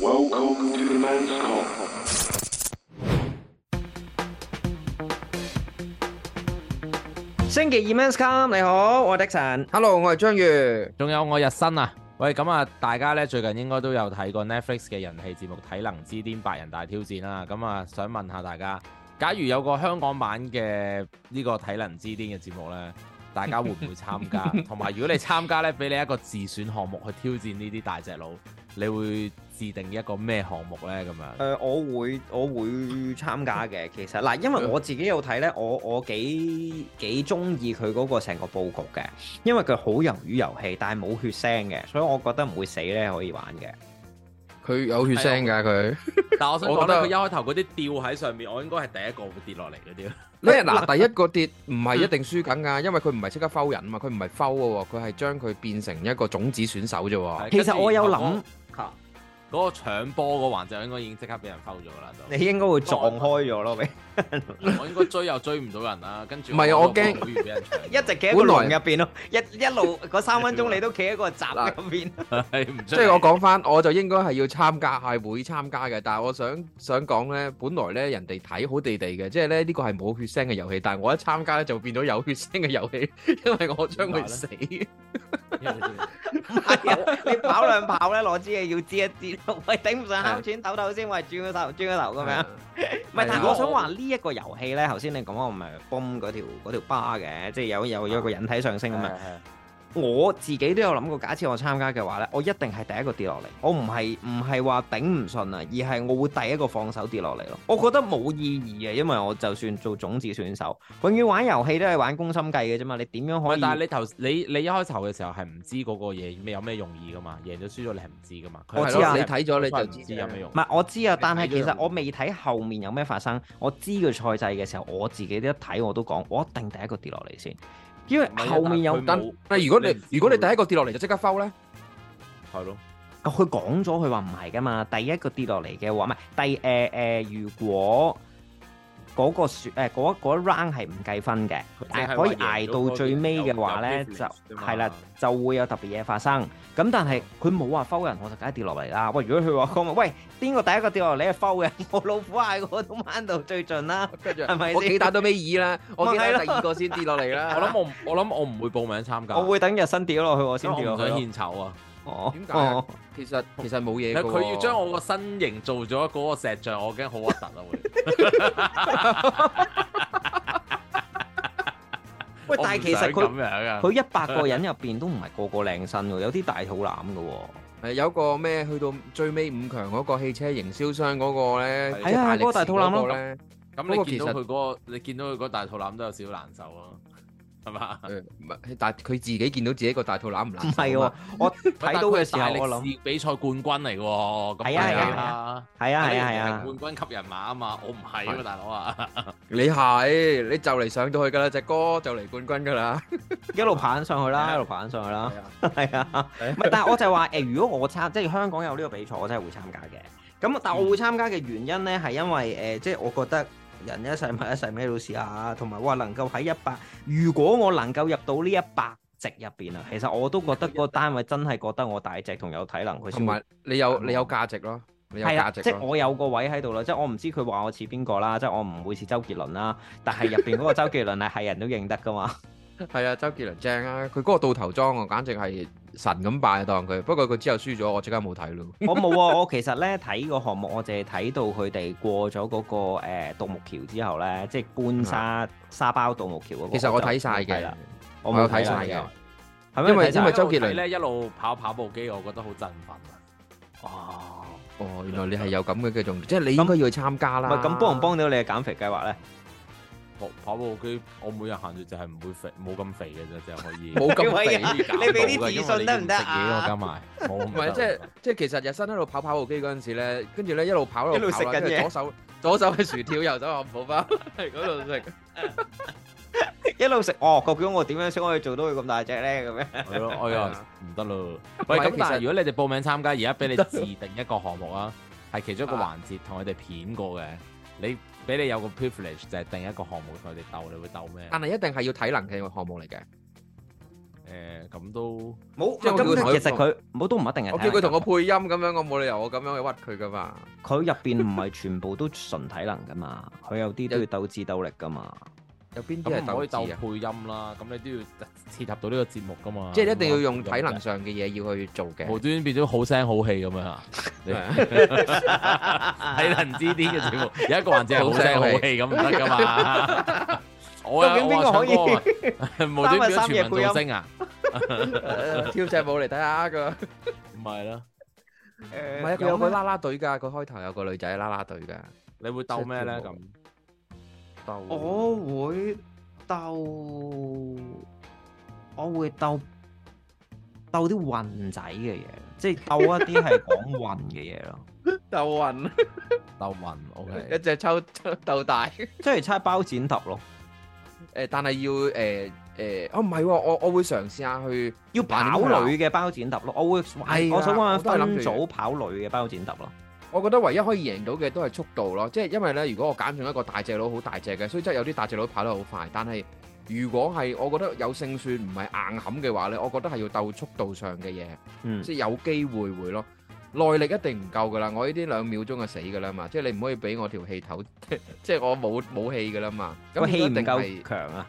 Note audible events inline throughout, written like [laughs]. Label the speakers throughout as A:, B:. A: Welcome to the man's call.
B: 星期二 Men's Come，你好，我係 Dixon。
C: Hello，我係章魚。
D: 仲有我日新啊！喂，咁啊，大家咧最近應該都有睇過 Netflix 嘅人氣節目《體能之巔百人大挑戰》啦。咁啊，想問下大家，假如有個香港版嘅呢個《體能之巔》嘅節目呢，大家會唔會參加？ [laughs] 同埋，如果你參加呢，俾你一個自選項目去挑戰呢啲大隻佬，你會自定一個咩項目呢？
B: 誒、
D: 咁樣
B: 我會我會參加嘅。其實嗱，因為我自己有睇咧，我我幾幾中意佢嗰個成個佈局嘅，因為佢好魷魚遊戲，但係冇血腥嘅，所以我覺得唔會死咧，可以玩嘅。
C: 佢有血腥㗎佢。
D: 但我想
C: 我
D: 講
C: 覺
D: 咧，
C: 得
D: 佢一開頭嗰啲吊喺上面，我應該係第一個會跌落嚟嗰啲。 [laughs]
C: 咩嗱？第一個跌唔係一定輸緊㗎，因為佢唔係即刻 foul 人啊嘛，佢唔係 foul 嘅喎，佢係將佢變成一個種子選手啫喎。
B: 其實我有
D: 跟
B: 諗
D: 住， [laughs] 嗰個搶波嗰個環節，應該已經即刻俾人摟咗啦。就
B: 你應該會撞開咗咯，咪
D: 我應該追又追唔到人啦，跟住
C: 唔係啊我驚
D: 好易俾人搶
B: [laughs] 一直企喺個
C: 本
B: 籠
C: 來
B: 入邊咯，一一路嗰 [laughs] 三分鐘你都企喺個閘入邊。
D: 係唔出
C: 即
D: 嚟
C: 係我講翻，我就應該係要參加，係會參加嘅。但係我想想講咧，本來咧人哋睇好地地嘅，即係咧呢個係冇血腥嘅遊戲，但係我一參加咧就變咗有血腥嘅遊戲， [laughs] 因為我將會死。
D: [laughs]
B: 係啊，你跑兩跑咧，攞支嘢要支一支，喂頂唔順哮喘抖抖先，喂轉個頭轉個頭咁樣。唔係，但係
D: 如果
B: 我
D: 我
B: 想話呢一個遊戲咧，頭先你講我咪崩嗰條嗰條巴嘅，即係有有
D: 啊
B: 有個引體上升咁樣。我自己都有諗過，假設我參加嘅話咧，我一定係第一個跌落嚟。我唔係唔係話頂唔順啊，而係我會第一個放手跌落嚟咯。我覺得冇意義啊，因為我就算做種子選手，永遠玩遊戲都係玩攻心計嘅啫嘛。你點樣可
D: 喂，但係
B: 以？
D: 你頭你你一開頭嘅時候係唔知嗰個嘢咩有咩用意噶嘛？贏咗輸咗你係唔知噶嘛？佢係
B: 我知
C: 係
B: 啊
C: 咯
D: 你
C: 你睇咗你
D: 睇
C: 就
D: 唔
C: 知
D: 知有咩用
B: 唔。係我知啊，但係
C: 睇咗
B: 其實
C: 就
B: 我未睇後面有咩發生，我知個賽制嘅時候，我自己都一睇我都講，我一定第一個跌落嚟先，因為
D: 唔係啊
B: 後面有
D: 但係佢
C: 但
D: 冇
C: 但係如果
D: 你唔知
C: 你如果你
D: 佢
C: 第一個跌落嚟就即刻 foul 咧，
D: 係咯，
B: 哦佢講咗，佢話唔係噶嘛。第一個跌落嚟嘅話，唔係第誒誒、呃呃如果嗰個選誒嗰嗰一 round 係唔計分嘅，但係可以捱到最尾嘅話咧，就係啦，就會有特別嘢發生。咁但係佢冇話 foul 人，我就梗係跌落嚟啦。喂，如果佢話講喂邊個第一個跌落嚟係 foul 嘅，啊我老虎嗌我都掹到最盡
D: [laughs]
B: 啦。
C: 跟住
B: 係咪先
C: 我幾打到尾二啦，我幾
B: 咪係
C: 打
B: 咯
C: 第二個先跌落嚟
D: 我
B: [laughs]
C: 啦。
D: 諗我唔我諗我唔會報名參加，
B: 我會等日新跌落去，我先
D: 因為
B: 跌
D: 我
B: 落
D: 唔
B: 去
D: 想
B: 咯。
D: 獻醜啊！
B: 哦，
C: 點解啊
B: 哦，
C: 其實其實冇嘢㗎喎
D: 佢要將我個身形做咗嗰個石像，我驚好核突啊！會
B: 喂，但係其實佢
D: 我唔想咁樣啊，
B: 佢一百個人入邊都唔係個個靚身喎，有啲大肚腩嘅喎。
C: 誒有個咩去到最尾五強嗰個汽車營銷商嗰個咧，
D: 係
C: 即
B: 啊
C: 力士
B: 嗰個大肚腩咯
C: 嗰個咧，
D: 咁
C: 嗰個
D: 你見到
C: 其實
D: 佢嗰個你見到佢嗰大肚腩都有少少難受咯， [laughs] 係嘛？
B: 啊
C: 誒唔係但係佢自己見到自己個大肚腩唔
B: [laughs]
C: 難 [laughs]
B: 唔係喎
C: 受啊嘛，
B: 我 [laughs] 睇到嘅時候我
D: 但係佢係大力
B: 諗
D: 士比賽冠軍嚟嘅喎，咁
B: 係啊
D: 係
C: 係啊
B: 係
D: 啊，
B: 係啊係啊係
D: 你
B: 啊，
D: 係冠軍級人馬啊嘛，我唔係啊嘛，大佬啊，
C: 你係你就嚟上到去㗎啦，隻歌就嚟冠軍㗎啦，
B: 一路爬緊上去
C: 係
B: 啦，
C: 啊
B: 一路爬緊上去啦，
C: 係
B: [laughs] 係啊，唔係，但係我就係話誒，如果我參即係香港有呢個比賽，我真係會參加嘅。咁但係我會
C: 嗯
B: 參加嘅原因咧，係因為誒，即係我覺得人一世物一世，咩都試下，同埋話能夠喺一百，如果我能夠入到呢一百席入邊啊，其實我都覺得個單位真係覺得我大隻同有體能，佢
C: 同
B: 先會
C: 埋你有你有價值咯，你有
B: 啊係啊啦，
C: 價值
B: 即係
C: 咯，
B: 我有個位喺度啦，即係我唔知佢話我似邊個啦，即係我唔會似周杰倫啦，但係入邊嗰個周杰倫係係人都認得噶嘛。
C: 係啊，周杰倫正啊，佢嗰個到頭裝啊，簡直係神咁拜啊當佢，不過佢之後輸咗，我即刻冇睇咯，
B: 我冇啊，我其實咧睇個項目，我淨係睇到佢哋過咗嗰個誒獨木橋之後咧，即係搬沙沙包獨木橋嗰個。
C: 其實我
B: 就
C: 睇晒
B: 冇睇啦
C: 嘅，
B: 我
C: 我
B: 冇
C: 有
B: 睇晒
C: 睇晒嘅，
B: 係咩？
C: 因為
B: 你睇晒
D: [laughs]
C: 因為周
D: 一
C: 杰倫
D: 路睇咧一路跑跑步機，我覺得好振奮啊！
B: 哦，
C: 哦，原來你係有咁嘅嘅重，即係你應該要去參加
B: 唔
C: 啦。
B: 係咁幫唔幫到你嘅減肥計劃咧？
D: 跑跑步機，我每日行住就係唔會肥，冇咁肥嘅啫，就係可以。
C: 冇咁
B: 喂
C: 肥
B: 啊？你俾啲自信得唔得啊
D: 我加埋冇唔
C: 唔係，即係即係其實日新喺度跑跑步機嗰陣時咧，跟住咧一路跑
B: 一路
C: 跑
B: 食
C: 啦
B: 緊
C: 跟住
B: 嘢
C: 左手左手係薯條，右手係漢堡包，係嗰度食。
B: 一路食哦，究竟我點樣先可以做到佢咁大隻咧？咁樣
D: 係咯，哎呀，唔得咯。喂，
C: 唔係
D: 咁
C: 其實
D: 但係如果你哋報名參加，而家俾你自定一個項目
C: [laughs]
D: 啊，係其中一個環節同佢哋片過嘅，你俾你有個
C: 啊
D: privilege 就係定一個項目同佢哋鬥，你會鬥咩？
C: 但係一定係要體能嘅項目嚟嘅，
D: 誒咁都
B: 冇
C: 即係我叫佢同
B: 咁，
C: 佢
B: 其實佢冇都唔一定係睇能
C: 我叫佢同我
B: 嘅
C: 配音咁樣，我冇理由我咁樣去屈佢噶嘛。
B: 佢入邊唔係全部都純體能噶嘛，佢有啲都要鬥智鬥力噶嘛。
C: 有邊啲
D: 咁
C: 係
D: 唔可以
C: 鬥
D: 鬥
C: 智啊？
D: 配音啦，咁你都要切合到呢個節目噶嘛。
C: 即係一定要用體
D: 咁
C: 能
D: 啊，
C: 上嘅嘢要去做嘅。
D: 無端端變咗好聲好氣咁樣
C: [laughs]
D: 啊！你體能之啲嘅節目， [laughs] 有一個環節係好聲好氣咁唔得噶嘛。
C: [laughs]
D: 我啊，
B: 究竟邊個可以
D: 我啊唱歌啊 [laughs] 無端端變咗全民造星啊？
C: 誒跳隻舞嚟睇下個。
D: 唔係啦，
C: 唔 [laughs] 係啊，佢有個啦啦隊㗎，佢開頭有個女仔啦啦隊㗎。
D: 你會鬥咩咧？咁
C: 鬥
B: 我會鬥，我會鬥鬥啲運仔嘅嘢，即係鬥一啲係講運嘅嘢咯。
C: 鬥雲，
D: 鬥文，OK。
C: 一隻抽鬥大。
B: 即係猜包剪揼咯，
C: 誒，呃但係要誒誒，哦唔係喎，我我會嘗試下去。
B: 要跑女嘅包剪揼咯。我會
C: 係啊
B: 我想
C: 我
B: 揾
C: 都係諗
B: 分
C: 住
B: 組跑女嘅包剪揼咯。
C: 我覺得唯一可以贏到嘅都係速度咯，即係因為咧，如果我揀中一個大隻佬好大隻嘅，雖則有啲大隻佬跑得好快，但係如果係我覺得有勝算唔係硬冚嘅話咧，我覺得係要鬥速度上嘅嘢，
B: 嗯，
C: 即係有機會會咯。耐力一定唔夠噶啦，我呢啲兩秒鐘就死噶啦嘛，即係你唔可以俾我條氣唞， [laughs] 即係我冇冇氣噶啦嘛。咁
B: 個
C: 變
B: 氣
C: 咗
B: 唔
C: 一定係
B: 夠強啊！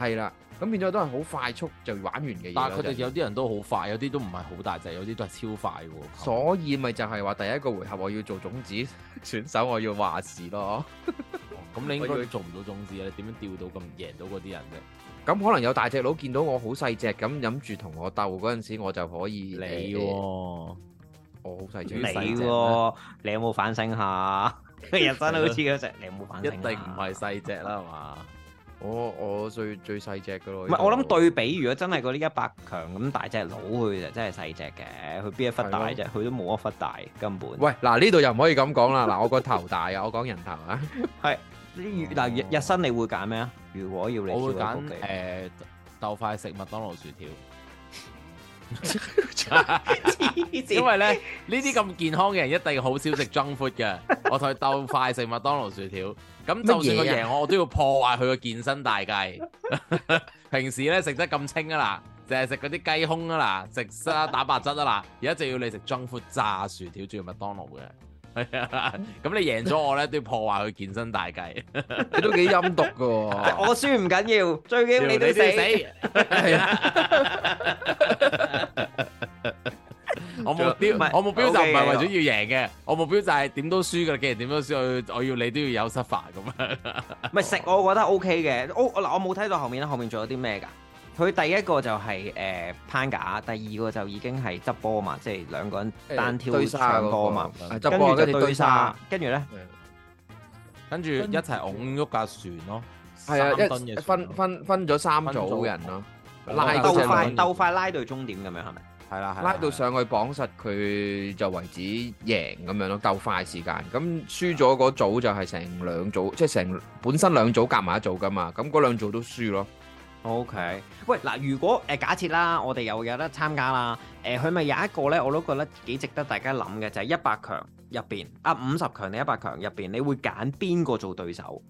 C: 係啦，咁變咗都係好快速就玩完嘅嘢咯。
D: 但係佢哋
C: 就係
D: 有啲人都好快，有啲都唔係好大隻，有啲都係超快喎。
C: 所以咪就係話第一個回合我要做種
B: [laughs]
C: 子選手，我要話事咯。
D: 咁你應
C: 我以為
D: 該做唔到種子啊！你點樣釣到咁贏到嗰啲人啫？
C: 咁可能有大隻佬見到我好細隻，咁諗住同我鬥嗰陣時，我就可以
D: 你
C: 誒
D: 喎，
C: 我好細隻，
B: 你
C: 細隻咩
B: 喎，你有冇反省下？ [laughs] 佢人生都好似嗰只，你有冇反
D: 一
B: 省
D: 定
B: 啊？
D: 唔係細只啦，係嘛？
C: 我我最最細隻噶咯。
B: 唔係，我諗對比，如果真係嗰啲一百強咁大隻佬，佢就真係細只嘅，佢邊一忽大啫？佢都冇一忽大，根本。
C: 喂嗱呢度又唔可以咁講啦，嗱我個頭大啊，我講人頭
B: [laughs]
C: 啊，
B: 你如嗱日日新你會揀咩啊？如果要你
D: 我會
B: 挑一
D: 揀
B: 個嘅 [laughs]
D: 誒鬥快食麥當勞薯條， [laughs]
B: 黐線，
D: 因為咧呢啲咁健康嘅人一定好少食 junk food
C: [laughs]
D: 嘅。我同佢鬥快食麥當勞薯條，咁就算
C: 乜
D: 佢
C: 嘢啊
D: 贏我，我都要破壞佢個健身大計。 [laughs] 平時咧食得咁清啊啦，淨係食嗰啲雞胸啊啦，食
C: [laughs]
D: 沙打白質啊啦，而家就要你食 junk food 炸薯條，仲要麥當勞嘅。 [laughs] 係啊，咁你贏咗我咧，都要破壞佢健身大計。
C: 你都幾陰毒噶
B: [laughs]
C: 喎。
B: 我輸唔緊要，最緊要你都
D: 要
B: 死。
D: [laughs]
C: 係啊
D: 我目標
B: 唔係
D: 我目標就唔係
B: OK
D: 為
B: 嘅
D: 咗要贏嘅，我目標就係點都輸噶啦，既然點都輸，我要我要你都要有失法咁樣。
B: 唔係食，我覺得 O K 嘅。我嗱，我冇睇到後面啦，後面仲有啲咩㗎？佢第一個就係誒攀架，第二個就已經係執波嘛，即係兩個人
C: 誒
B: 單挑
C: 堆沙
B: 唱歌
C: 嗰
B: 嘛，
C: 啊
B: 跟
C: 執波
B: 住就
C: 跟住
B: 堆
C: 堆
B: 沙
C: 沙，，
B: 跟住咧。
D: 跟住一齊拱喐架船咯，
C: 係啊，
D: 三噸嘅
C: 一分
D: 船咯
C: 分分咗三
D: 分組
C: 組人啊咯，拉
D: 拉
C: 嗰
D: 到
B: 鬥
C: 隻
D: 上
B: 快
D: 去
C: 輪，
B: 鬥快拉到終點咁樣係咪？
D: 係啦，係啦
C: 拉到，上去綁實佢就為止贏咁樣咯，鬥快時間。咁輸咗嗰組就係成兩組，即係成本身兩組夾埋一組噶嘛，咁嗰兩組都輸咯。
B: O K，喂嗱，如果誒、呃假設啦，我哋又有得參加啦，誒佢咪有一個咧，我都覺得幾值得大家諗嘅，就係一百強入邊啊，五十強定一百強入邊，你會揀邊個做對手？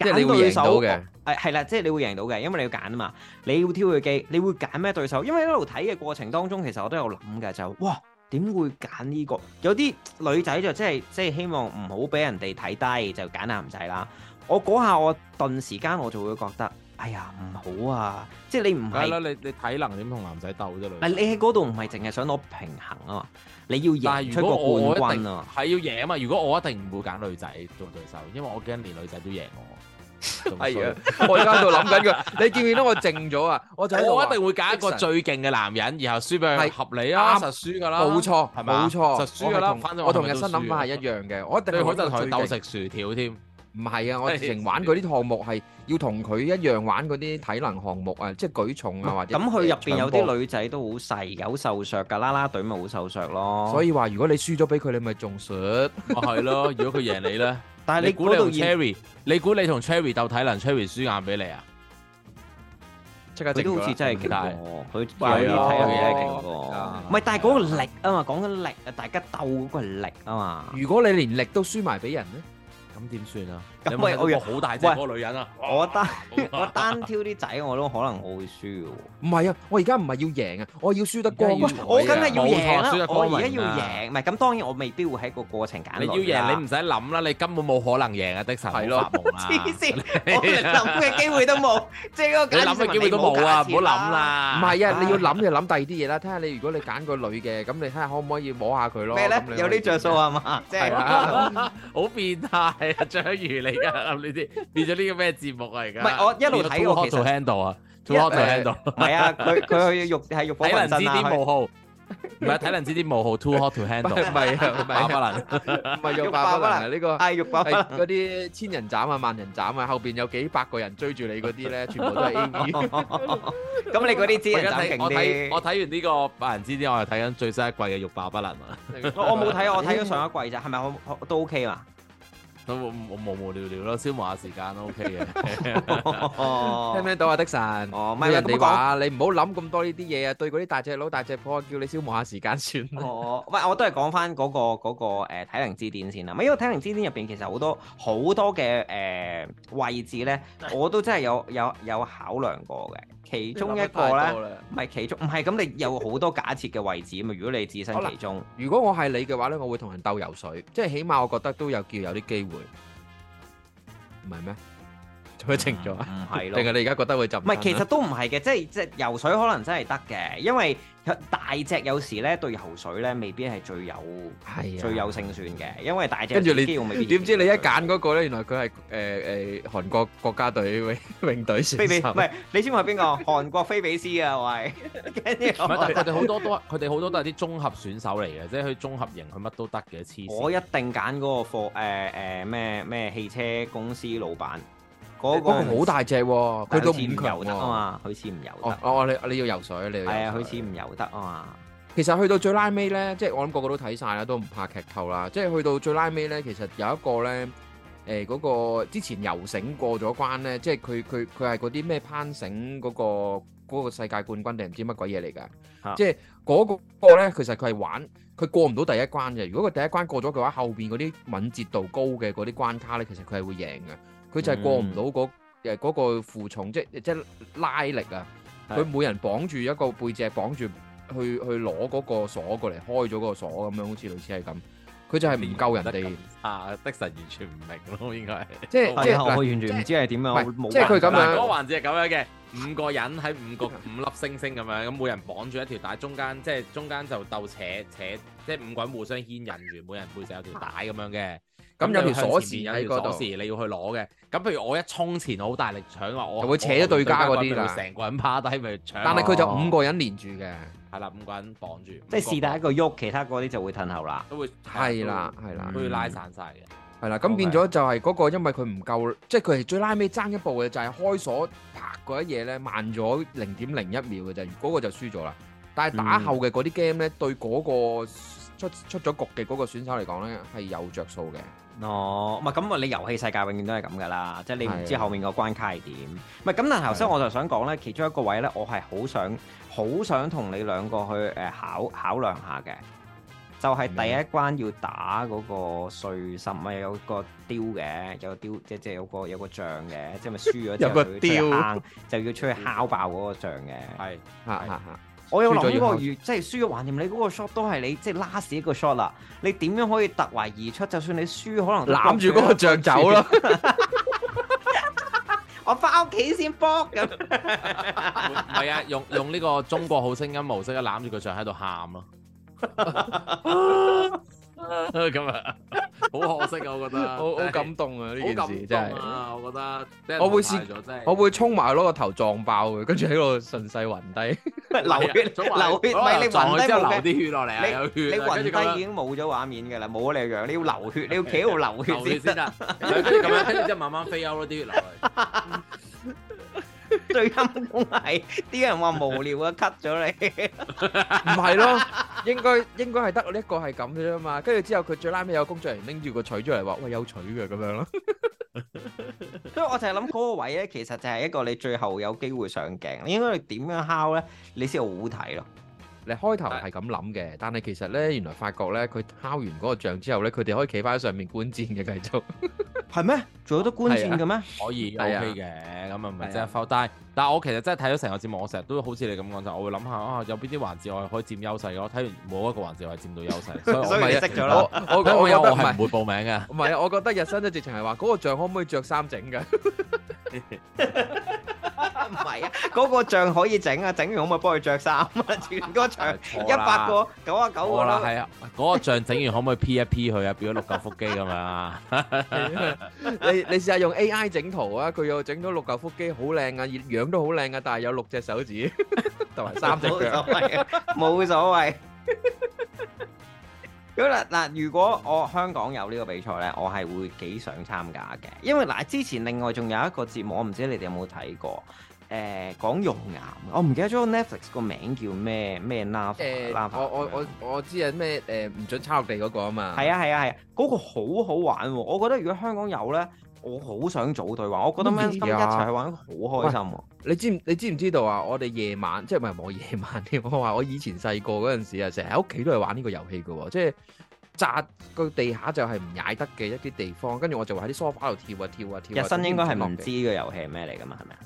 C: 即係你會
B: 對
C: 贏
B: 手
C: 到嘅，
B: 誒係啦，即係你會贏到嘅，因為你要揀啊嘛，你要挑佢機，你會揀咩對手？因為一路睇嘅過程當中，其實我都有諗嘅，就係哇點會揀呢、個？有啲女仔就即係即係希望唔好俾人哋睇低，就揀男仔啦。我嗰下我頓時間我就會覺得，哎呀唔好啊！即係你唔
D: 係
B: 係
D: 啦，你你體能點同男仔鬥啫？
B: 嗱，你喺嗰度唔係淨係想攞平衡啊嘛，你要
D: 但
B: 贏
D: 係
B: 出
D: 如果我
B: 個
D: 我一
B: 冠
D: 定
B: 軍啊！
D: 係要贏啊嘛！如果我一定唔會揀女仔做對手，因為我驚連女仔都贏我。
C: [laughs]
D: 仲衰
C: 係啊，我而家喺度諗緊佢，你見唔見到我靜咗啊？我就喺度
D: 我
C: 話
D: 一定會揀一個
C: Jackson
D: 最勁嘅男人，然後輸俾
C: 係
D: 佢合理啊，
C: 啱
D: 實輸噶啦，
C: 冇錯，
D: 係咪啊
C: 冇錯，
D: 實輸㗎啦
C: 我係
D: 反
C: 同
D: 正
C: 我
D: 我
C: 同
D: 咪
C: 日
D: 都
C: 新諗法係
D: 輸
C: 一
D: 啊
C: 樣嘅，我一定
D: 最好就
C: 係
D: 同佢
C: 鬥
D: 鬥食薯條添。
B: [laughs]
C: 唔係啊！我直情玩嗰啲項目係要同佢一樣玩嗰啲體能項目啊，即係舉重啊或者
B: 咁佢入邊有
C: 搶波
B: 啲女仔都好細嘅，好瘦削㗎，啦啦隊咪好瘦削咯。
C: 所以話如果你輸咗俾佢，你咪中暑。
D: 咪係咯，如果佢贏你咧，
B: 但係
D: 你
B: 你
D: 估
B: 嗰
D: 你
B: 度
D: 同
B: 現
D: Cherry，你估你同 Cherry 鬥體能，Cherry 輸硬俾你啊？
C: 即刻
B: 佢都好似真係勁
D: 但係
B: 喎，佢有啲
D: 係
C: 啊
B: 睇落去真係勁
C: 係
B: 喎
C: 啊。
B: 唔係，但係嗰個力啊嘛，講緊力啊，大家鬥嗰個力啊嘛。
C: 如果你連力都輸埋俾人咧，
D: 咁點算啊？你
B: 咁
D: 有
B: 喂，
D: 冇
B: 我若
D: 睇到個好大隻
B: 喂
D: 嗰個女人啊？
B: 我單 [laughs] 我單挑啲仔我都可能我會輸嘅喎。
C: 唔係啊，我而家唔係要贏啊，我要輸得光
D: 而家
C: 彩
D: 要
C: 啊
B: 我梗係要贏
D: 冇錯輸
B: 啦
D: 得！
B: 我
D: 光明
B: 而
D: 啊
B: 家要贏，唔係咁當然我未必會喺個過程揀
D: 你要
B: 女啦
D: 贏，
B: [laughs]
D: 你唔使諗啦，你根本冇可能贏啊！的神，
C: 係
D: 係
C: 咯
D: 咯，發夢啦，
B: 黐線，我連諗嘅機會都冇，即係嗰個
D: 你諗嘅機會都冇啊！唔好諗。
C: 唔
D: 啦，
C: 係啊，你要諗就諗第二啲嘢啦。睇下你如果你揀個女嘅，咁你睇下可唔可以摸下佢咯？
B: 咩咧
C: 咁你可？以啊
B: 有啲着數啊係嘛？即
C: 係
B: [laughs] 係。
C: 啊，
D: [laughs] 好變態啊！章魚嚟㗎，諗呢啲變咗呢個咩節目啊？而家
B: 唔係我一路睇我
D: 變咗 Too Hot
B: 其
D: to
B: 實
D: Handle 啊，Too
B: 一
D: Hot to Handle，
B: 唔係啊，佢佢去浴係浴火
D: 體
B: 焚
D: 能
B: 身
D: 之
B: 啊
D: 啲
B: 佢
D: 冒號，唔係體能之啲冒號，Too Hot to
B: [laughs]
C: 唔
D: Handle，
C: 係啊，唔
D: 馬
C: 係啊，
D: 不能。
C: 唔係用爆不能啊！
B: [laughs]
C: 呢個
B: 啊浴火
C: 係
B: 焚
C: 嗰啲千人斬啊、萬人斬啊，後邊有幾百個人追住你嗰啲咧，全部都係 A V。
B: 咁你嗰啲知
D: 我而
B: 人
D: 家
B: 斬勁
D: 睇我睇
B: 啲。
D: 我睇完呢個百人之啲，我係睇緊最新一季嘅欲罷不能啊！ [laughs]
B: [laughs] 我我冇睇，我睇咗上一季咋，係咪我我都 OK 嘛？
D: 都我我無無聊聊咯，消磨下時間都
B: [laughs]
D: OK 嘅。
C: 聽唔
B: [laughs] 哦，
C: 聽到啊，的神？
B: 唔係
C: 人
B: 人
C: 哋
B: 哋話。
C: 話你唔好諗咁多呢啲嘢啊，對嗰啲大隻佬、大隻婆叫你消磨下時間算啦。
B: 哦，喂，我都係講翻嗰個嗰、個誒、體能之巔先啦，因為體能之巔入邊其實好多好多嘅誒、位置 [laughs] 咧，我都真係有有有考量過嘅。其中一個咧，
C: 咧，
B: 唔係其中，唔係咁，你有好多假設嘅位置啊嘛。如果你置身其中，
C: 如果我係你嘅話咧，我會同人鬥游水，即係起碼我覺得都有叫有啲機會，唔係咩？做咩靜咗啊？
B: 唔嗯係
C: 定
B: 咯。
C: 係你而家覺得會浸？
B: 唔係，其實都唔係嘅，即係即係游水可能真係得嘅，因為大隻有時咧對游水咧未必係最有
C: 係啊，
B: 最有勝算嘅，因為大隻
C: 跟住你
B: 肌肉未必
C: 點知你一揀嗰個咧，原來佢係誒誒韓國國家隊 [laughs] 泳泳隊
B: 菲比
C: 選
B: 唔
C: 手。
B: 係，你知唔知係邊個？韓國菲比斯啊，
C: [laughs]
B: 喂！跟住
D: 唔係，
B: 我
D: 但係佢哋好多都係佢哋好多都係啲綜合選手嚟嘅，即係佢綜合型，佢乜都得嘅，黐線。
B: 我一定揀嗰個貨誒誒咩咩汽車公司老闆嗰
C: 嗰
B: 個
C: 個好，大隻喎，佢
B: 但
C: 到
B: 佢似
C: 五
B: 唔
C: 強
B: 游得啊
C: 喎。
B: 嘛，佢似唔游
C: 哦
B: 得，
C: 哦，你你要游水，你要
B: 係啊，
C: 游
B: 佢
C: 水
B: 似唔游得啊嘛。
C: 其實去到最拉尾咧，即係我諗個個都睇晒啦，都唔怕劇透啦。即係去到最拉尾咧，其實有一個咧，誒、嗰、個之前游繩過咗關咧，即係佢佢佢係嗰啲咩攀繩嗰、個嗰個世界冠軍定唔知乜鬼嘢嚟㗎？
B: 啊
C: 即係嗰個個咧，其實佢係玩佢過唔到第一關嘅。如果佢第一關過咗嘅話，後邊嗰啲敏捷度高嘅嗰啲關卡咧，其實佢係會贏嘅。佢就係過唔到嗰誒嗰個負重，即係即係拉力啊！
D: 係
C: 佢每人綁住一個背脊，綁住去去攞嗰個鎖過嚟，開咗個鎖咁樣，好似類似係咁。佢就係唔夠人哋，
D: 啊，的神完全唔明咯，應該係。
C: 即係哦即
B: 係啊，我
C: 係
B: 完全唔知係點樣，
C: 唔係
B: 我冇
C: 即係佢咁樣
B: 玩
D: 嗱嗰個環節係咁樣嘅，五個人喺
B: [laughs]
D: 五個五粒星星咁樣，咁每人綁住一條帶，中間即係中間就鬥扯扯，即係五個人互相牽引住，每人背脊有條帶咁樣嘅。
C: 咁有條鎖匙
D: 匙
C: 喺
D: 有條
C: 嗰
D: 鎖匙
C: 度，
D: 你要去攞嘅。咁譬如我一衝前，我好大力搶話我，
C: 就會扯咗對家嗰啲啦
D: 我成個人趴低咪搶。
C: 但係佢就五個人連住嘅，
D: 係啦，五個人綁住，
B: 即係是但一個喐，其他嗰啲就會褪後啦。
D: 都會
C: 係啦，係啦。
D: 都會拉散晒嘅。
C: 係啦，咁
D: OK
C: 變咗就係嗰個，因為佢唔夠，即係佢係最拉尾爭一步嘅，就係、開鎖啪嗰一嘢咧，慢咗零點零一秒嘅啫，嗰、個就輸咗啦。但係打後嘅嗰啲 game 咧，對嗰個出出咗局嘅嗰個選手嚟講咧，係有着數嘅。
B: 哦，唔係咁啊！你遊戲世界永遠都係咁噶啦，即係你唔
C: 係
B: 知
C: 啊
B: 後面個關卡係點。唔係咁，但係頭先我就想講咧，其中一個位咧，我係好想好想同你兩個去誒、呃考考量下嘅，就係、第
C: 咩
B: 一關要打嗰個碎心，咪有個雕嘅，有個雕即即係有個有個像嘅，即係咪輸咗之
C: [laughs] 有個
B: 後就要出去坑，就要出去敲爆嗰個像
C: 嗯
B: 嘅。
D: 係
C: 嚇
D: 係
C: 嚇嚇！
B: 我有
C: 輸咗
B: 諗
C: 要
B: 過，
C: 敲
B: 如即係輸咗橫掂，你嗰個 shot 都係你即係 last 一個 shot 啦，你點樣可以突圍而出？就算你輸，可能都
C: [laughs] 攬住
B: 搏
C: 嗰個象走啦，
B: 我翻屋企先卜咁。
D: 唔係啊，
C: [laughs]
D: 用用呢個中國好聲音模式啊，攬住佢上喺度喊咯。咁啊，好可惜啊，我覺得
C: [laughs] 好好感動啊！呢
D: 好
C: 件
D: 感
C: 事真
D: 動
C: 係，
D: 啊！我覺得即係
C: 我會
D: 淘汰
C: 試
D: 咗，真係
C: 我會衝埋攞個頭撞爆佢，跟住喺度順勢暈低。
B: 流血
D: 係啊
B: 流血，唔係你暈
D: 撞佢
B: 低
D: 之後
B: 冇
D: 流
B: 嘅，
D: 啲血落嚟啊，有
B: 你
D: 血啊，
B: 暈
D: 跟住
B: 低已
D: 咁樣
B: 經冇咗畫面㗎啦，冇你樣，你要流血，你要企喺度流
D: 流血
B: 血
D: 先啊
B: 先得。
D: 得，跟住咁樣，跟住之後慢慢飛歐咯，啲血流嚟。
B: 最陰公係啲人話無聊啊，cut 咗你。
C: 唔係咯， [laughs] 應該應該係得一個係咁嘅啫嘛。跟住之後佢最拉尾有工作人員拎住個錘出嚟話：喂，有錘嘅咁樣咯。 [laughs]
B: 所以我就係諗嗰個位咧，其實就係一個你最後有機會上鏡，應該你點樣敲咧，你先好睇咯。
C: 你開頭係咁諗嘅，但係其實咧，原來發覺咧，佢敲完嗰個像之後咧，佢哋可以企翻喺上面觀戰嘅繼續。
B: 係咩？仲有得觀戰嘅咩？
D: 可以
C: [laughs] 係啊
D: OK 嘅，咁啊唔
B: 係啊
D: 係即係 foul。但係但係我其實真係睇咗成個節目，我成日都好似你咁講就，我會諗下啊有邊啲環節我係可以佔優勢嘅。我睇完冇一個環節我係佔到優
C: [laughs]
D: 勢，所以我
B: 所以
D: 咪
B: 你
D: 一
B: 識咗啦
C: 我。我
D: 所以
C: 我
D: 我
C: 覺
D: 有
C: 得
D: 我
C: 唔
D: 係
C: 係
D: 唔會報名嘅。
C: 唔係，啊我覺得日新都直情係話嗰個像可唔可以着衫整㗎？
B: 唔係啊，嗰個像可以整啊，整完可唔可以幫佢着衫啊？全個像
D: 錯
B: 一百
D: 啦
B: 個九啊九個
D: 好啦，
B: 啦，
D: 係啊，嗰個像整完可唔可以 P 一 P 佢啊，變咗六嚿腹肌咁樣啊？
C: [laughs] 你你試下用 AI 整圖啊，佢又整到六嚿腹肌，好靚啊，樣都好靚啊，但係有六隻手指 [laughs] 同埋三隻
B: 冇
C: 腳。
B: 所謂，冇所謂。咁啦，嗱，如果我香港有呢個比賽咧，我係會幾想參加嘅，因為嗱，之前另外仲有一個節目，我唔知你哋有冇睇過，誒、講容岩，我唔記得咗 Netflix 個名叫咩咩 Lava
C: 誒
B: Lava，
C: 我我我我知係咩誒唔準抄落地嗰個啊嘛。
B: 係啊係啊係啊，嗰、個好好玩喎！我覺得如果香港有咧，我好想組隊玩，我覺得 Man 心一
C: 乜嘢啊
B: 齊去玩好開心喎。
C: 你知唔你知唔知道啊？我哋夜晚即係唔係我夜晚添？我話我以前細個嗰陣時啊，成日喺屋企都係玩呢個遊戲嘅喎，即係扎個地下就係唔踩得嘅一啲地方，跟住我就會喺啲 sofa 度跳啊跳啊跳啊。
B: 日新應該係唔
C: 跳
B: 知個遊戲係咩嚟噶嘛，係咪啊？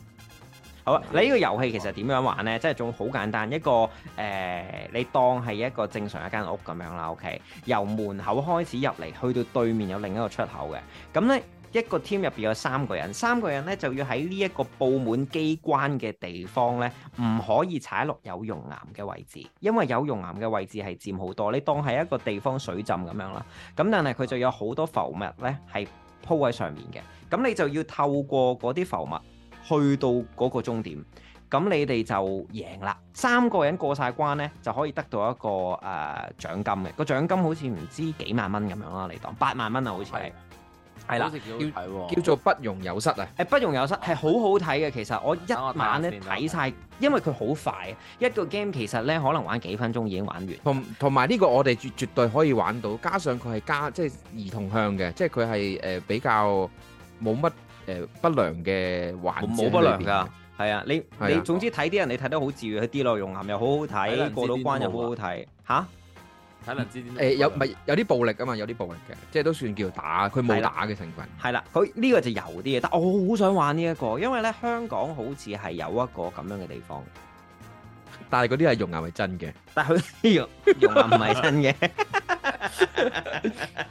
B: 好啊！你呢個遊戲其實點樣玩呢？即係仲好簡單，一個誒、呃你當係一個正常一間屋咁樣啦。OK，由門口開始入嚟，去到對面有另一個出口嘅。咁呢，一個 team 入邊有三個人，三個人呢就要喺呢一個佈滿機關嘅地方呢，唔可以踩落有熔岩嘅位置，因為有熔岩嘅位置係佔好多。你當係一個地方水浸咁樣啦。咁但係佢就有好多浮物呢係鋪喺上面嘅。咁你就要透過嗰啲浮物去到嗰個終點，咁你哋就贏啦。三個人過晒關呢，就可以得到一個誒、呃、獎金嘅。個獎金好似唔知幾萬蚊咁樣啦，你當八萬蚊啊，好似係
C: 係
B: 係啦。
C: 啊叫做不容有失啊！
B: 誒不容有失係好好睇嘅，其實我一晚咧
D: 等我睇下
B: 睇
D: 先
B: 晒，因為佢好快，一個 game 其實咧可能玩幾分鐘已經玩完。
C: 同同埋呢個我哋絕絕對可以玩到，加上佢係加即係兒童向嘅，即係佢係誒比較冇乜誒不良嘅環節
B: 冇
C: 喺
B: 不良
C: 裏邊
B: 㗎，係啊！你
C: 啊
B: 你總之睇啲人，你睇得好自然，佢跌落熔岩又好好
D: 睇
B: 睇，
D: 能
B: 過到
D: 知邊
B: 關又好
D: 冇
B: 好啊睇嚇。
D: 睇能知點
C: 誒有唔係有啲暴力啊嘛，有啲暴力嘅，即係都算叫打，佢
B: 係
C: 冇
B: 啦
C: 打嘅成分。
B: 係啦，佢呢個就油啲嘅，但我好想玩呢、一個，因為咧香港好似係有一個咁樣嘅地方，
C: 但係嗰啲係用牙係真嘅。
B: 但 [laughs] 係佢熔熔岩唔係真嘅，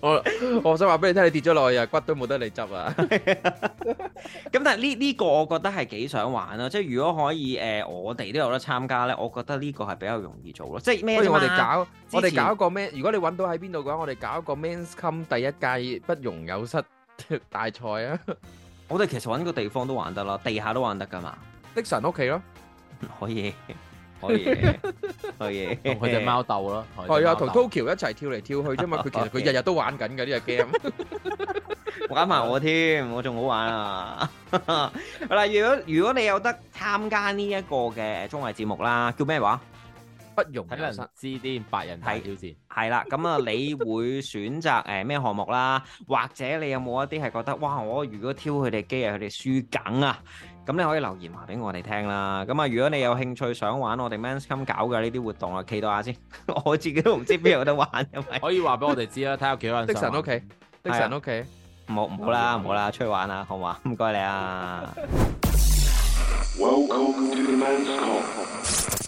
C: 我 [laughs] 我想話俾你聽，你跌咗落去啊，骨都冇得你執啊。
B: [laughs] 咁但係呢呢個我覺得係幾想玩啊咯，即係如果可以誒、呃我哋都有得參加咧，我覺得呢個係比較容易做咯，即係咩
C: [laughs] 不
B: 啫
C: 如
B: 嘛
C: 我哋搞，
B: 之前啊
C: 我哋搞一個咩？如果你揾到喺邊度嘅話，我哋搞一個 Men's Come 第一屆不容有失 [laughs] 大賽啊！
B: 我哋其實揾個地方都玩得啦，地下都玩得㗎嘛， [laughs]
C: 的神屋企咯，
B: 可以可以可以，
D: 同哦佢只貓鬥咯，
C: 係啊，同 Tokyo 一齊跳嚟跳去啫嘛。佢其實佢日日都玩緊嘅呢個 game。
B: 玩埋我添，我仲好玩啊！ [laughs] 好啦，如果如果你有得參加呢一個嘅綜藝節目啦，叫咩話？
C: 不容
D: 睇
C: 有
D: 能
C: 失，
D: 知啲百人大挑戰。
B: 係啦，咁啊，你會選擇誒咩項目啦？或者你有冇一啲係覺得哇，我如果挑佢哋機啊，佢哋輸梗啊？咁你可以留言話俾我哋聽啦。咁啊，如果你有興趣想玩我哋 Men's Come 搞嘅呢啲活動啊，期待下先。 [laughs] 我自己都唔知邊有得玩，因為
D: 可以話俾我哋知啦，睇下幾多人
C: 的
D: 上啊
C: 神
D: 網。
C: 屋企，的神屋企。
B: 唔好唔好啦，唔好啦，出去玩啦，好嘛？唔該你啊。
A: Welcome to the man's call.